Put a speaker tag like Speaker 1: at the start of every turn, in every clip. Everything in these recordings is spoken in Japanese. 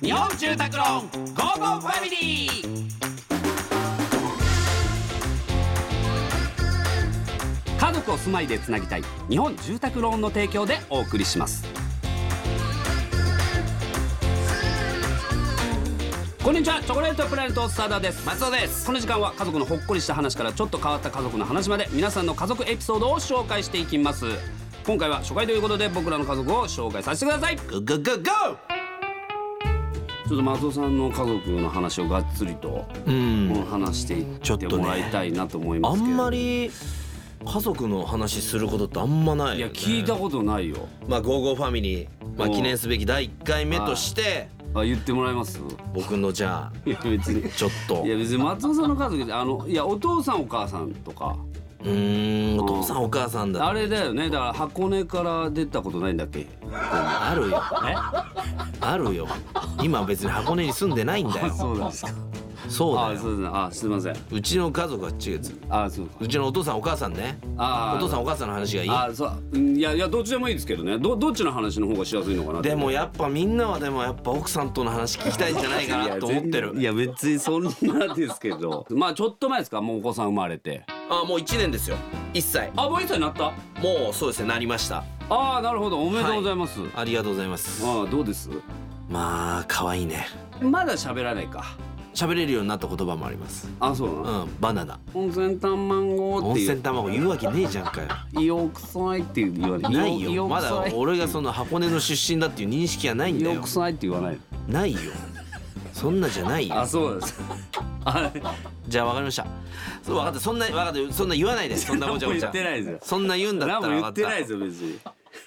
Speaker 1: 日本住宅ローンゴーゴーファミリー家族を住まいでつなぎたい日本住宅ローンの提供でお送りしますこんにちはチョコレートプラネットスターダーです
Speaker 2: 松尾です
Speaker 1: この時間は家族のほっこりした話からちょっと変わった家族の話まで皆さんの家族エピソードを紹介していきます今回は初回ということで僕らの家族を紹介させてくださいちょ
Speaker 2: ゴーゴーゴーゴ
Speaker 1: っと松尾さんの家族の話をがっつりと
Speaker 2: ーうん
Speaker 1: 話してい
Speaker 2: ちょっ
Speaker 1: って
Speaker 2: とね
Speaker 1: もらいたいなと思い
Speaker 2: あ
Speaker 1: ますけど、
Speaker 2: んまり家族の話することってあんまない
Speaker 1: いや
Speaker 2: よね
Speaker 1: 聞いたことないよ
Speaker 2: まあゴーゴーファミリー、まあ、
Speaker 1: うん
Speaker 2: 記念すべき第一回目として
Speaker 1: あ言ってもらえます
Speaker 2: 僕のじゃ
Speaker 1: いや別に
Speaker 2: あちょっと
Speaker 1: いうや別に松尾さんの家族であのいやお父さんお母さんとか
Speaker 2: ーんお父さんお母さんだ
Speaker 1: あれだよねだから箱根から出たことないんだっけ
Speaker 2: あるよあるよ今別に箱根に住んでないんだ
Speaker 1: あ
Speaker 2: よ
Speaker 1: そうなんですか
Speaker 2: そうだ
Speaker 1: あ
Speaker 2: よ
Speaker 1: そうですねあすいません
Speaker 2: うちの家族は違う
Speaker 1: あそうか
Speaker 2: うちのお父さんお母さんね
Speaker 1: あー
Speaker 2: お父さんお母さんの話がいい
Speaker 1: あそううんいやいやどっちでもいいですけどねどどっちの話の方がしやすいのかなって
Speaker 2: でもやっぱみんなはでもやっぱ奥さんとの話聞きたいんじゃないかなと思ってる
Speaker 1: いや別にそんなですけどまあちょっと前ですかもうお子さん生まれて
Speaker 2: あもう1年ですよ1歳
Speaker 1: あもう一歳になった
Speaker 2: もうそうですねなりました
Speaker 1: ああなるほどおめでとうございます、
Speaker 2: ありがとうございます
Speaker 1: ああどうです
Speaker 2: まあ可愛いね
Speaker 1: まだ喋らないか
Speaker 2: 喋れるようになった言葉もあります
Speaker 1: あそう
Speaker 2: う
Speaker 1: なの、
Speaker 2: んバナナ
Speaker 1: 温泉卵マンゴーっ
Speaker 2: 温
Speaker 1: てい
Speaker 2: 泉
Speaker 1: う
Speaker 2: 卵言うわけねえじゃんかよ
Speaker 1: 硫黄臭いって言わない
Speaker 2: ないよまだ
Speaker 1: 硫
Speaker 2: 俺がその箱根の出身だっていう認識はないんだ
Speaker 1: 黄
Speaker 2: よ
Speaker 1: 臭いって言わない
Speaker 2: ないよそんなじゃないよ
Speaker 1: あそうですあ
Speaker 2: じゃあ分かりましたそう分かったそんな分かったそんな言わないですそんなごちゃご
Speaker 1: 何も
Speaker 2: ちゃ
Speaker 1: 言ってないですよ
Speaker 2: そんな言うんだった
Speaker 1: 何
Speaker 2: ら
Speaker 1: も
Speaker 2: 分
Speaker 1: 言
Speaker 2: か
Speaker 1: っ
Speaker 2: って
Speaker 1: ない
Speaker 2: た
Speaker 1: ですよ別に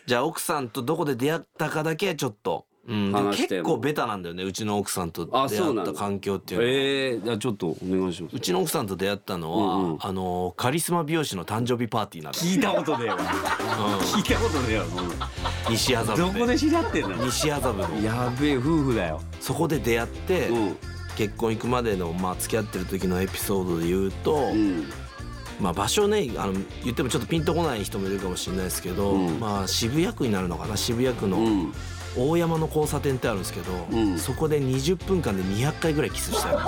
Speaker 2: じゃあ奥さんとどこで出会ったかだけちょっとうん、でも
Speaker 1: 話して
Speaker 2: 結構ベタなんだよねうちの奥さんと出
Speaker 1: あ
Speaker 2: 会
Speaker 1: そうなん
Speaker 2: っ
Speaker 1: だ
Speaker 2: た環境っていうのは
Speaker 1: ええー、じゃあちょっとお願いします
Speaker 2: うちの奥さんと出会ったのは、
Speaker 1: うんうん
Speaker 2: あのカリスマ美容師の誕生日パーティーなんです、
Speaker 1: 聞いたことねえわ聞いたことねえわそんな
Speaker 2: うん、西麻
Speaker 1: ど
Speaker 2: 布
Speaker 1: こ
Speaker 2: で
Speaker 1: で知り合ってんの
Speaker 2: 西麻布の
Speaker 1: やべえ夫婦だよ
Speaker 2: そこで出会って、
Speaker 1: うん
Speaker 2: 結婚行くまでの、まあ、付き合ってる時のエピソードで言うと、
Speaker 1: うん
Speaker 2: まあ、場所ねあの言ってもちょっとピンとこない人もいるかもしれないですけど、
Speaker 1: うん
Speaker 2: まあ、渋谷区になるのかな渋谷区
Speaker 1: う
Speaker 2: の
Speaker 1: ん
Speaker 2: 大山の交差点ってあるんですけど、
Speaker 1: うん
Speaker 2: そこで20分間で200回ぐらいキス したよ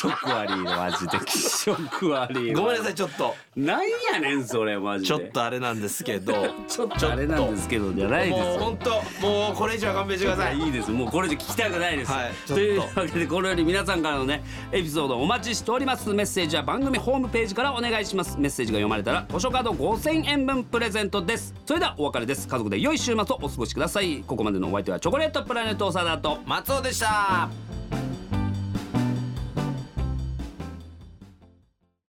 Speaker 1: 食悪いなマジ で気色悪いわ
Speaker 2: ごめんなさいちょっと
Speaker 1: なんやねんそれマジで
Speaker 2: ちょっとあれなんですけど
Speaker 1: ちょっとあれなんですけどじゃないです
Speaker 2: もう
Speaker 1: よ
Speaker 2: 本当もうこれ以上は勘弁してください
Speaker 1: いいですもうこれ以上聞きたくないです、
Speaker 2: はいちょっと
Speaker 1: というわけでこのように皆さんからのねエピソードお待ちしておりますメッセージは番組ホームページからお願いしますメッセージが読まれたら図書カード5000円分プレゼントですそれではお別れです家族で良い週末をお過ごしくださいここまでのお相手はチョコレートプラネット長田と
Speaker 2: 松尾でした